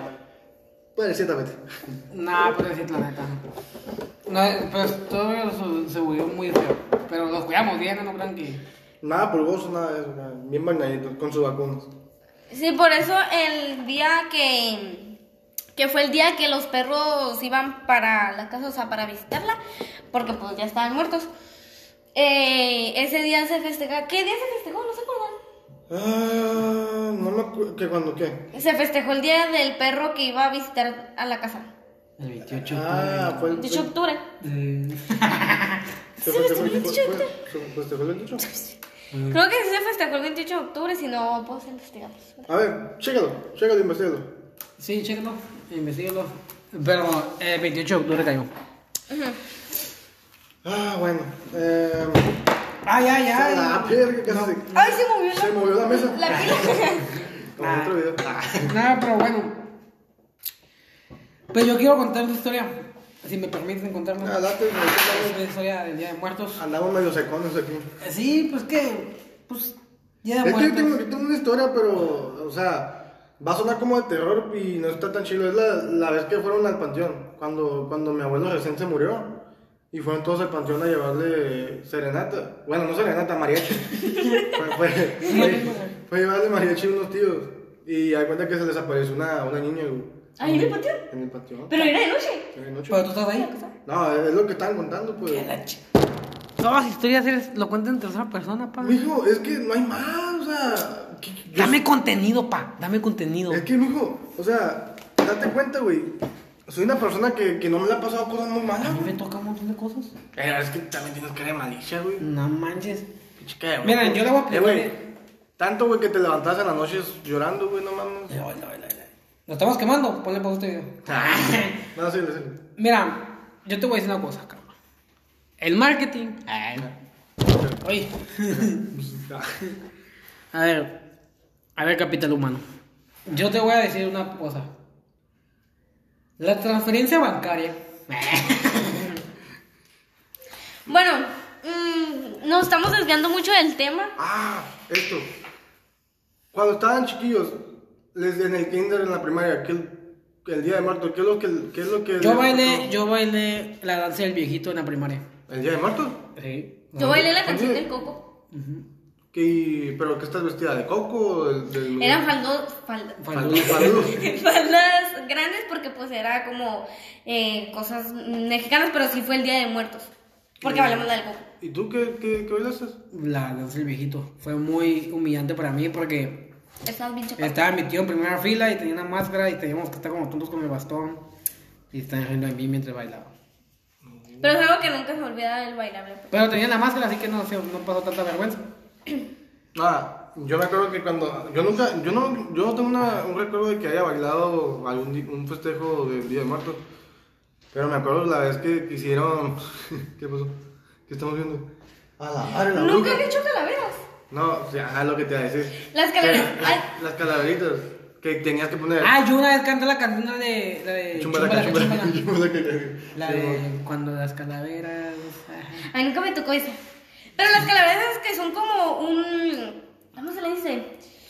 Bueno, ciertamente. No, pero decir la neta. No, pues todo su- se volvió muy feo. Pero los cuidamos bien, no crean que. Nada pulgoso, nada de eso. nada. Bien bañadito, con sus vacunas. Sí, por eso el día que, que fue el día que los perros iban para la casa, o sea, para visitarla, porque pues ya estaban muertos. Eh, ese día se festeja. ¿Qué día se festejó? No se acuerdan. Ah, no me acuerdo. ¿Qué cuando qué? Se festejó el día del perro que iba a visitar a la casa. El 28 Ah, fue el. 18 de octubre. de- Se fue, se fue, fue- fue- fue- se fue el 28. Creo que sí se festejó el 28 de octubre, si no, pues investigamos. A ver, chécalo, chécalo, investigalo. [LAUGHS] Sí, chéquenlo, investigalo. Pero el 28 de octubre cayó. Ah, bueno. Eh, Ah, ya, [LAUGHS] la verga, casi. se- Ay, se movió Se la, movió la mesa. la pila. Como en otro video. Ah. Nada, pero bueno. Pues yo quiero contar una historia. Si me permiten contarla. Ah, date, güey, Es una historia del Día de Muertos. Andamos medio secones aquí. Sí, pues que. Pues. Día de Es que yo Muertos. tengo, yo tengo una historia, pero, o sea, va a sonar como de terror y no está tan chido. Es la, la vez que fueron al panteón, cuando, cuando mi abuelo recién se murió. Y fueron todos al panteón a llevarle serenata. Bueno, no serenata, [LAUGHS] mariachi. fue, fue, fue, fue llevarle mariachi a unos tíos. Y hay cuenta que se les apareció una, una niña, güey, [LAUGHS] Ahí en el patio. en el panteón. Pero era de noche. en la noche. Pero tú estás ahí. No, es lo que estaban contando, pues. Todas las historias eres- lo cuentan en tercera persona, pa. Mijo, es que no hay más, o sea. que- que- yo- Dame contenido, pa. Dame contenido. Es que, mijo, o sea, date cuenta, güey. Soy una persona que, que no me le ha pasado cosas muy A malas, mí güey. me toca un montón de cosas. Pero es que también tienes cara de malicia, güey. No manches. Pinche cara de Mira, hueco. yo le voy a Eh, explicar- güey, tanto, güey, que te levantabas en las noches llorando, güey, no mames. Lo estamos quemando. Ponle pausa a este [LAUGHS] video. No, sí, sí. Mira, yo te voy a decir una cosa, cabrón. El marketing. Ay. Oye. [LAUGHS] A ver. A ver, capital humano. Yo te voy a decir una cosa. La transferencia [LAUGHS] bancaria. Bueno, mm, nos estamos desviando mucho del tema. Ah, esto. Cuando estaban chiquillos, les, en el kinder, en la primaria, que el, que el día de muertos, ¿qué es lo que, qué es lo que Yo les bailé, tocó? yo bailé la danza del viejito en la primaria. ¿El día de muertos? Sí. Yo bailé la canción Oye. del coco. ¿Qué- ¿Pero qué estás vestida? ¿De coco? o del- del- Eran faldo, falda- Falda. Faldo. [LAUGHS] [LAUGHS] faldas grandes porque pues era como eh, cosas mexicanas, pero sí fue el Día de Muertos. Porque Mm. bailamos la del coco. ¿Y tú qué, qué, qué bailaste? La danza del viejito. Fue muy humillante para mí porque Estamos bien chapados. Estaba mi tío en primera fila y tenía una máscara y teníamos que estar como tontos con el bastón. Y estaban riendo de mí mientras bailaba. Eh. Pero es algo que nunca se me olvida el bailable. pues. Pero tenía la máscara, así que no, se- no pasó tanta vergüenza. Nada, Ah, yo me acuerdo que cuando. Yo nunca. Yo no, yo no tengo una- un recuerdo de que haya bailado algún di- un festejo del Día de Muertos. Pero me acuerdo la vez que hicieron. [LAUGHS] ¿Qué pasó? ¿Qué estamos viendo? A la madre, la Nunca bruja. he hecho calaveras. No, o sea, ajá, lo que te iba a decir. Las calaveras. Que- Ay, Las calaveritas. que tenías que poner. Ah, yo una vez canté la canción de. La de Chumbalaca, Chumbalaca, [LAUGHS] chumbalaca, Chumbalaca. chumbalaca. La Sí, de bueno. cuando las calaveras. ajá. A mí nunca me tocó esa. Pero las calaveras que son como un. ¿Cómo se le dice?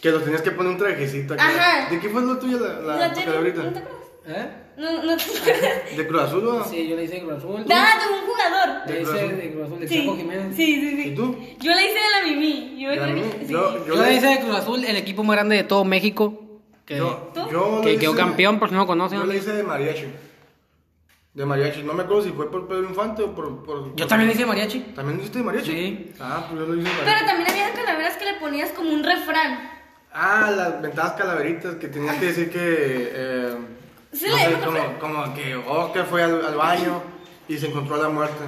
Que los tenías que poner un trajecito acá. Ajá. ¿De qué fue lo tuyo la, la, ¿No te- calaverita? ¿No te acuerdas? ¿Eh? No, no te [LAUGHS] acuerdas. ¿De Cruz Azul o? Sí, yo le hice de Cruz Azul. Nada, de un jugador. Le De Cruz hice Azul. de Cruz Azul, de Sí, Chaco Jiménez. sí, sí, sí. ¿Y tú? Yo la hice de la Mimi. Yo, ¿La la Mimi? Sí. Yo- Yo le hice de Cruz Azul, el equipo más grande de todo México. Que, Yo, ¿Tú? yo que le quedó hice- campeón, por si no lo conocen. Yo le hice de mariachi. De mariachi. No me acuerdo si fue por Pedro Infante o por. por Yo también le hice de mariachi. ¿También lo hiciste de mariachi? Sí. Ah, pues yo lo hice de mariachi. Pero también había calaveras que le ponías como un refrán. Ah, las ventadas calaveritas que tenías que decir que. Eh, Sí, no le- sé, como, como que Oscar fue al, al baño y se encontró a la muerte.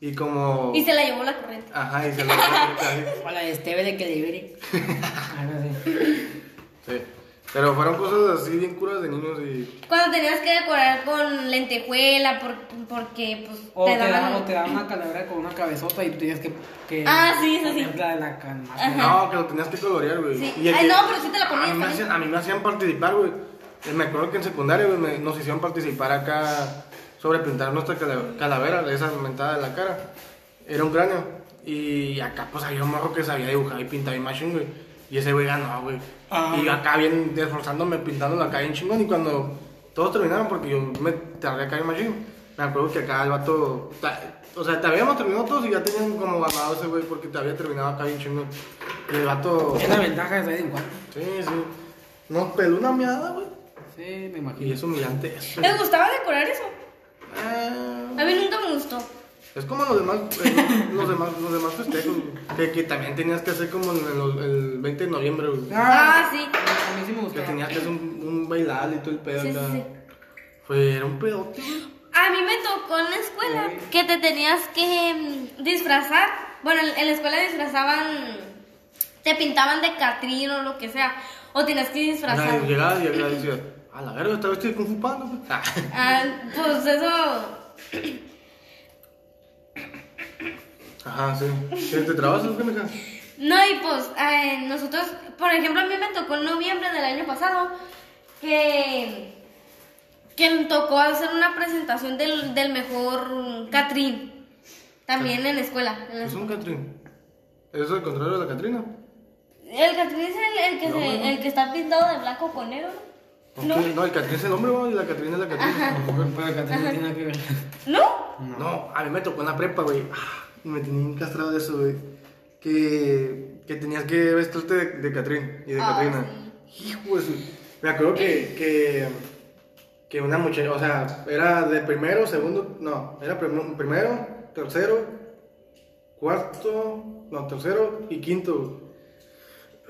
Y como. Y se la llevó la corriente. Ajá, y se la [LAUGHS] así. O la de Esteve de que [LAUGHS] libere. Sí. Pero fueron cosas así bien curas de niños y. Cuando tenías que decorar con lentejuela, por- porque pues O te, daban daban- o te daban una calavera con una cabezota y tú tenías que. que Ah, sí, eso sí. ponerla en la cama. Ajá. No, que lo tenías que colorear, güey. Sí. Y el Ay, que- no, pero sí te la ponías A mí me también. hacían, a mí me hacían participar, güey. Eh, Me acuerdo que en secundaria, güey, me- nos hicieron participar acá sobre pintar nuestra cala- calavera, esa mentada de la cara. Era un cráneo. Y acá, pues había un morro que sabía dibujar y pintar imagen, güey. Y ese güey ganó, güey. Ah. Y yo acá bien esforzándome, pintándola acá bien chingón. Y cuando todos terminaron, porque yo me tardé acá bien machín, me acuerdo que acá el vato. ta- o sea, te habíamos terminado todos y ya tenían como ganado ese güey, porque te había terminado acá bien chingón. Y el vato. Es la ventaja de saber en cuando. Sí, sí. Nos peló una meada, güey. Sí, me Y imagino. es humillante eso. ¿Les gustaba decorar eso? A Ah, mí nunca me gustó. es como los demás, eh, los demás, los demás festejos, güey, que, que también tenías que hacer como en el, el 20 de noviembre, güey. Ah, sí. A mí sí me Que gustaba. tenías que hacer un, un bailar y todo el pedo Sí, sí, acá. sí. Fue, era un pedote, güey. A mí me tocó en la escuela que te tenías que mm, disfrazar. Bueno, en en la escuela disfrazaban, te pintaban de Catrín o lo que sea. O tenías que disfrazar. Nadie llegaba y llegaba y decía, a la verga, esta vez estoy con Fu Panda, güey. Ah, Ah, pues eso. Ajá, sí. ¿Qué, ¿Te trabas, qué, mija? No, y pues eh, nosotros, por ejemplo, a mí me tocó en noviembre del año pasado que, que me tocó hacer una presentación del, del mejor mm, Catrín. También en la escuela. en la- Es un Catrín. ¿Es el contrario de la Catrina? El Catrín es el, el que, No, se- no. el que está pintado de blanco con negro. ¿O No. qué? No, el Catrín es el hombre, güey, y la Catrina es la Catrina. Pero acá no tiene nada que ver. ¿No? No. a mí me tocó en la prepa, güey. Ah, me tenía encastrado de eso, güey. Que, que tenías que vestirte de, de Catrín y de Ah, Catrina. Hijo de su... Me acuerdo que, que, que una muchacha, o sea, era de primero, segundo, no, era prim- primero, tercero, cuarto, no, tercero y quinto.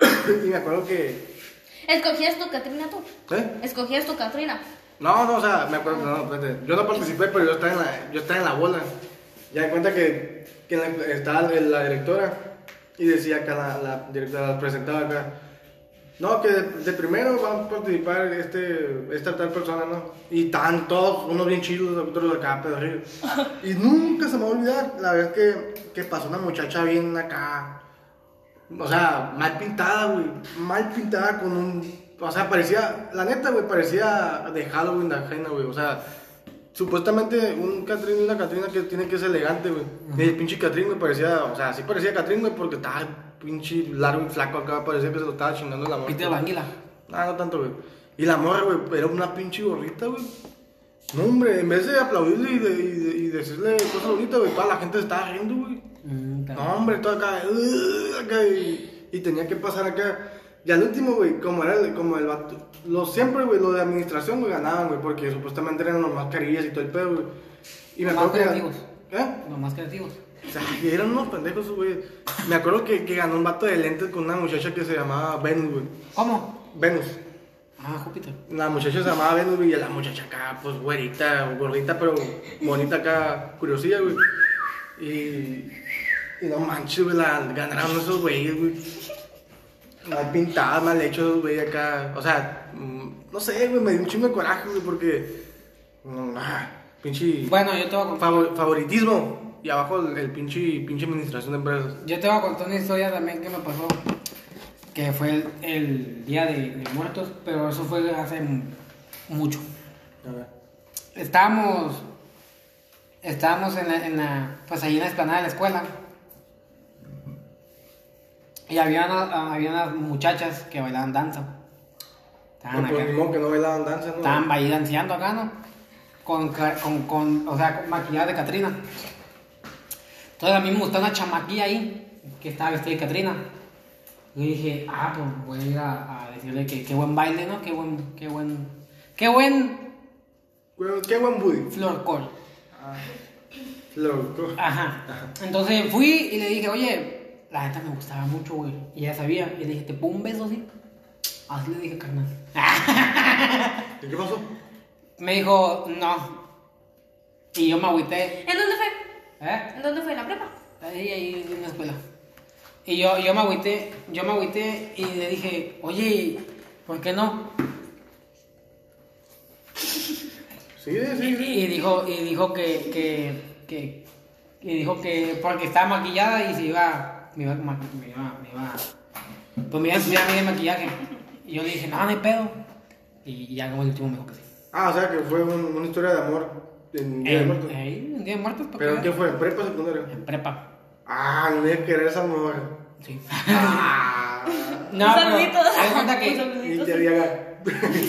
[COUGHS] y me acuerdo que... ¿Escogías tu Catrina tú? ¿Eh? ¿Escogías tu Catrina? No, no, o sea, me acuerdo, no, espérate. Yo no participé, pero yo estaba en la, yo estaba en la bola. Ya de cuenta que, que en la- estaba la, la directora y decía acá, la, la directora la presentaba acá. No, que de, de primero van a participar este, esta tal persona, ¿no? Y están todos, unos bien chidos, otros acá, pedorrillos. Y nunca se me va a olvidar la vez que, que pasó una muchacha bien acá, o sea, mal pintada, güey. Mal pintada con un. O sea, parecía. La neta, güey, parecía de Halloween de ajena, güey. O sea, supuestamente un Catrín y una Catrina que tiene que ser elegante, güey. Y el pinche Catrín, güey, parecía. O sea, sí parecía Catrín, güey, porque estaba pinche largo y flaco acá. Parecía que se lo estaba chingando la morra. Peter Banguila. Ah, no tanto, güey. Y la morra, güey, era una pinche gorrita, güey. No, hombre, en vez de aplaudirle y, de- y de- y decirle cosas bonitas, güey, toda la gente se estaba riendo, güey. Mm, No, cabrón. hombre, todo acá. "Ugh", acá, y, y tenía que pasar acá. Y al último, güey, como era el, como el vato. Lo, siempre, güey, lo de administración, güey, ganaban, güey, porque supuestamente eran los mascarillas y todo el pedo, güey. Y me Los más acuerdo que. creativos. ¿Eh? Los más creativos. O sea, [LAUGHS] que eran unos pendejos, güey. Me acuerdo que, que ganó un vato de lentes con una muchacha que se llamaba Venus, güey. ¿Cómo? Venus. Ah, Júpiter. La muchacha se llamaba Venus, güey, y la muchacha acá, pues güerita, gordita, pero bonita acá, curiosilla, güey. Y. Y no manches, güey, la ganaron esos güeyes, güey. Mal pintadas, mal hechos, güey, acá. O sea, mm, no sé, güey, me dio un chingo de coraje, güey, porque. mm, ah, pinche. Bueno, yo te voy a contar. favor- favoritismo. Y abajo el, el pinche, pinche administración de empresas. Yo te voy a contar una historia también que me pasó. que fue el, el Día de, de Muertos, pero eso fue hace m- mucho. A ver. Estábamos, estábamos en la, en la, pues ahí en la explanada de la escuela. Y había, una- había unas muchachas que bailaban danza. Estaban No, pues, acá. ni modo que no bailaban danza, ¿no? Estaban bailanceando acá, ¿no? Con, ca- con, con, o sea, con maquillaje de Catrina. Entonces a mí me gustó una chamaquilla ahí, que estaba vestida de Catrina. Y dije, ah, pues voy a ir a, a decirle que qué buen baile, ¿no? Qué buen, qué buen, qué buen Güey, Qué buen booty. florcor. Loco. Ajá. Entonces fui y le dije, oye, la neta me gustaba mucho, güey. Y ella sabía. Y le dije, ¿te pongo un beso así? Así le dije, carnal. Ah. ¿Y qué pasó? Me dijo, no. Y yo me agüité. ¿En dónde fue? ¿Eh? ¿En dónde fue? ¿En la prepa? Ahí, ahí, en la escuela. Y yo, yo me agüité, yo me agüité y le dije, oye, ¿por qué no? Sí, Y, sí, sí. y dijo, y dijo que, que, que, y dijo que porque estaba maquillada y se iba, me iba, a ma- me iba, me iba, pues me iba a estudiar a mí de maquillaje. Y yo le dije, no, no hay pedo. Y, y ya como el último me dijo que sí. Ah, o sea que fue un- una historia de amor en Día de Ey, Muertos. ey, en Día de Muertos, ¿por ¿Pero qué? qué fue? ¿En prepa secundaria? En prepa. Ah, no debe querer esa mujer. Sí. Ah. No, un pero, saludito. haz de cuenta [LAUGHS] Un que, [LAUGHS] Y saludito. te vi acá.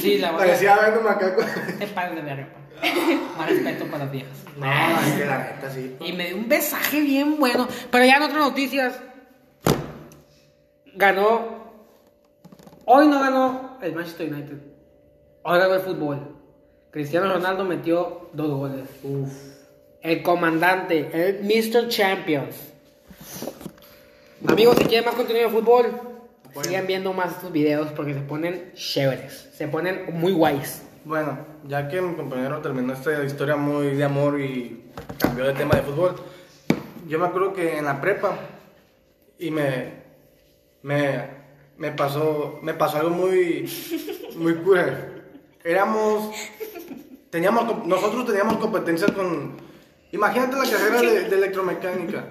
sí, la verdad. [LAUGHS] Parecía ver un macaco. [LAUGHS] Te pares de verga. pa. Más respeto para las viejas. No, es que la neta sí. Y me dio un besaje bien bueno. Pero ya en otras noticias. Ganó. Hoy no ganó el Manchester United. Hoy ganó el fútbol. Cristiano Ronaldo metió dos goles. El comandante, el Mr. Champions. Amigos, si quieren más contenido de fútbol, sigan viendo más estos videos porque se ponen chéveres. Se ponen muy guays. Bueno, ya que mi compañero terminó esta historia muy de amor y cambió de tema de fútbol, yo me acuerdo que en la prepa y me me, me pasó me pasó algo muy muy cura. Éramos teníamos com- nosotros teníamos competencias con imagínate la carrera de, de electromecánica.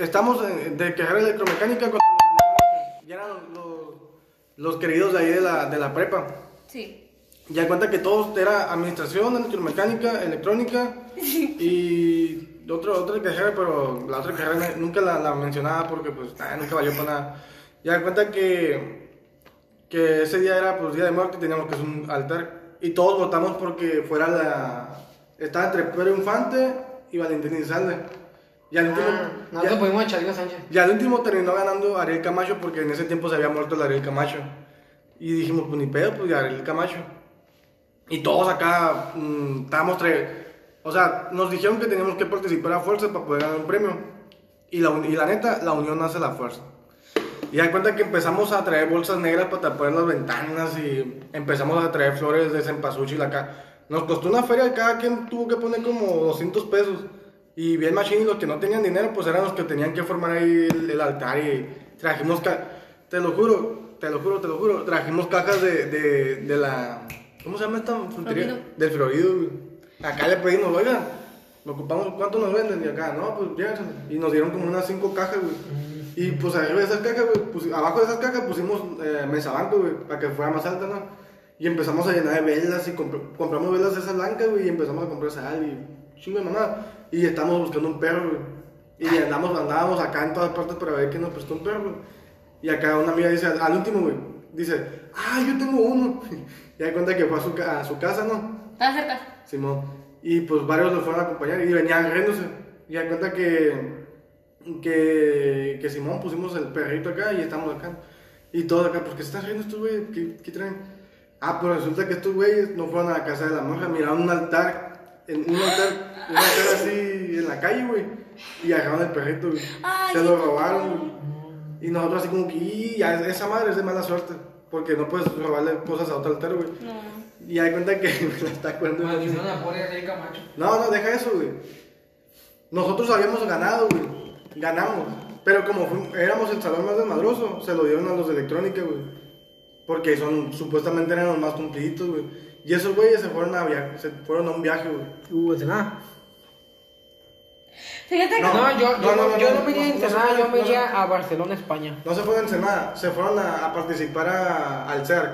Estamos en- de carrera de electromecánica cuando ya eran los, los queridos de ahí de la, de la prepa. Sí. Ya cuenta que todo era administración, electromecánica, electrónica y otra, otra carrera, pero la otra carrera nunca la, la mencionaba porque pues nah, nunca valió para nada. Ya cuenta que, que ese día era pues día de muerte y teníamos que hacer un altar y todos votamos porque fuera la... Estaba entre Pedro Infante y Valentín Elizalde. Y al último, Ah, ya- Ah, nosotros pudimos echar a Sánchez. y al último terminó ganando Ariel Camacho porque en ese tiempo se había muerto el Ariel Camacho. Y dijimos, pues ni pedo, pues Ariel Camacho. Y todos acá mm, estábamos tres. O sea, nos dijeron que teníamos que participar a fuerza para poder ganar un premio. Y la, un- y la neta, la unión hace la fuerza. Y da cuenta que empezamos a traer bolsas negras para tapar las ventanas y empezamos a traer flores de cempasúchil acá. Nos costó una feria, cada quien tuvo que poner como 200 pesos. Y bien machín, los que no tenían dinero, pues eran los que tenían que formar ahí el, el altar y trajimos, ca- te lo juro, te lo juro, te lo juro, trajimos cajas de, de, de la, ¿cómo se llama esta frutería? Florido. Del Florido. güey. Acá le pedimos, oigan, lo ocupamos, ¿cuánto nos venden? Y acá, no, pues llévenselo. Y nos dieron como unas cinco cajas, güey. Y pues arriba de esas cajas, güey, pusi- abajo de esas cajas pusimos eh, mesabanco, güey, para que fuera más alta, ¿no? Y empezamos a llenar de velas y compr- compramos velas de esas blancas, güey, y empezamos a comprar sal y chingo de mamá. Y estamos buscando un perro, güey. Y andamos, andábamos acá en todas partes para ver quién nos prestó un perro, güey. Y acá una amiga dice, al, al último, güey, dice, ah, yo tengo uno. [LAUGHS] y da cuenta que fue a su, ca- a su casa, ¿no? ¿Estás cerca? Simón. Y pues varios lo fueron a acompañar y venían riéndose. Y da cuenta que, que, que Simón pusimos el perrito acá y estamos acá. Y todos acá, ¿por qué se están riendo estos güeyes? ¿Qué, qué traen? Ah, pues resulta que estos güeyes no fueron a la casa de la monja, miraron un altar, en, un altar, un altar así en la calle, güey. Y agarraron el perrito, güey. Ay, Se lo qué robaron, cabrón. güey. Y nosotros así como que, "Y, ya, esa madre es de mala suerte. Porque no puedes robarle cosas a otro altar, güey. No. Y hay cuenta que [LAUGHS] me la está acordando. No, no, deja eso, güey. Nosotros habíamos ganado, güey. Ganamos. Pero como fu- éramos el salón más desmadroso, se lo dieron a los de electrónica, güey. Porque son, supuestamente eran los más cumpliditos, güey. Y esos güeyes se fueron a, via- se fueron a un viaje, güey. Uh, nada. Fíjate que. No, No, yo, yo, no, no, no, yo no, no me iría a no, no, Ensenada, no, yo me no, iría a Barcelona, España. No se fueron a Ensenada, se fueron a, a participar a- al CERC.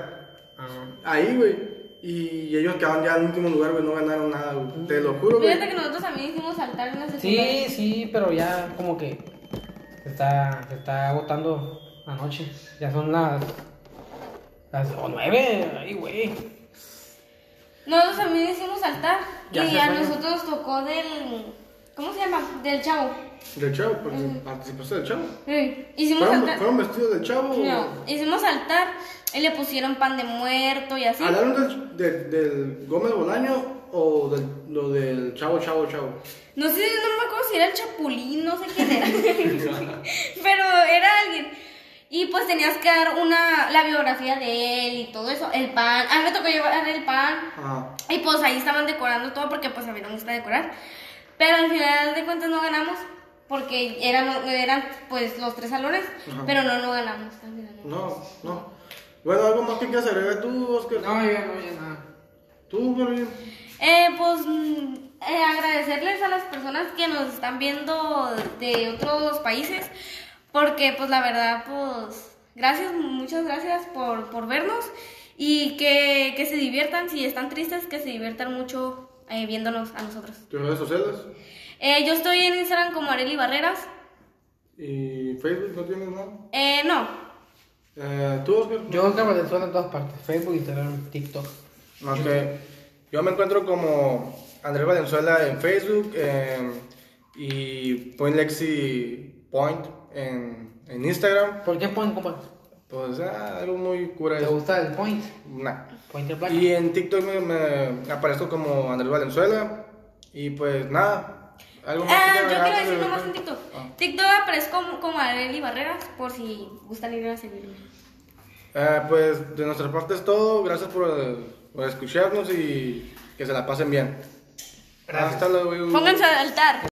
Ah. Ahí, güey. Y ellos quedaron ya en último lugar, güey. No ganaron nada, güey. Te lo juro, güey. Fíjate que nosotros también hicimos saltar una Sí, secundaria. sí, pero ya como que se está, se está agotando la noche. Ya son las. las o nueve, ay, güey. Nosotros también hicimos saltar. Ya y se a fue. nosotros tocó del. ¿Cómo se llama? Del chavo. Del chavo, porque participaste del chavo. Sí. Hicimos ¿Fueron, saltar. fueron vestidos del chavo? No, hicimos saltar. Y le pusieron pan de muerto y Ah, así. ¿Hablaron del, del, del Gómez Bolaño o del, lo del chavo, chavo, chavo? No sé, no me acuerdo si era el Chapulín, no sé quién era. [LAUGHS] Pero era alguien. Y pues tenías que dar una, la biografía de él y todo eso. El pan. A mí me tocó llevar el pan. Ah, Y pues ahí estaban decorando todo porque pues a mí no me gusta decorar. Pero al final de cuentas no ganamos porque eran, eran pues los tres salones. Ajá. Pero no, no ganamos. al final no. no, no. Bueno, ¿algo más que quieras agregar tú, Oscar? No, yo no ya nada. Tú, Carolina. Eh, pues mm, eh, agradecerles a las personas que nos están viendo de otros países, porque pues la verdad, pues gracias, muchas gracias por, por vernos y que, que se diviertan, si están tristes, que se diviertan mucho eh, viéndonos a nosotros. Tus redes sociales. Eh, yo estoy en Instagram como Areli Barreras. ¿Y Facebook no tienes nada? Eh, no, Eh, ¿Tú, Oscar? Yo Oscar Valenzuela en todas partes, Facebook, Instagram, TikTok. Ok. Yo me encuentro como Andrés Valenzuela en Facebook em, y Point Lexi Point en, en Instagram. ¿Por qué point, compa? Pues ah, algo muy cura ¿Te eso. gusta el point? Nah. Pointer Black. Y en TikTok me, me aparezco como Andrés Valenzuela. Y pues nada. Algo más Ah, que yo agregar, quiero decir Andrés nomás en Valenzuela? TikTok. Ah. TikTok aparezco como, como Areli Barreras, por si gustan ir a seguirme. Ah, pues de nuestra parte es todo. Gracias por, por escucharnos y que se la pasen bien. Gracias. Hasta luego. Pónganse a altar.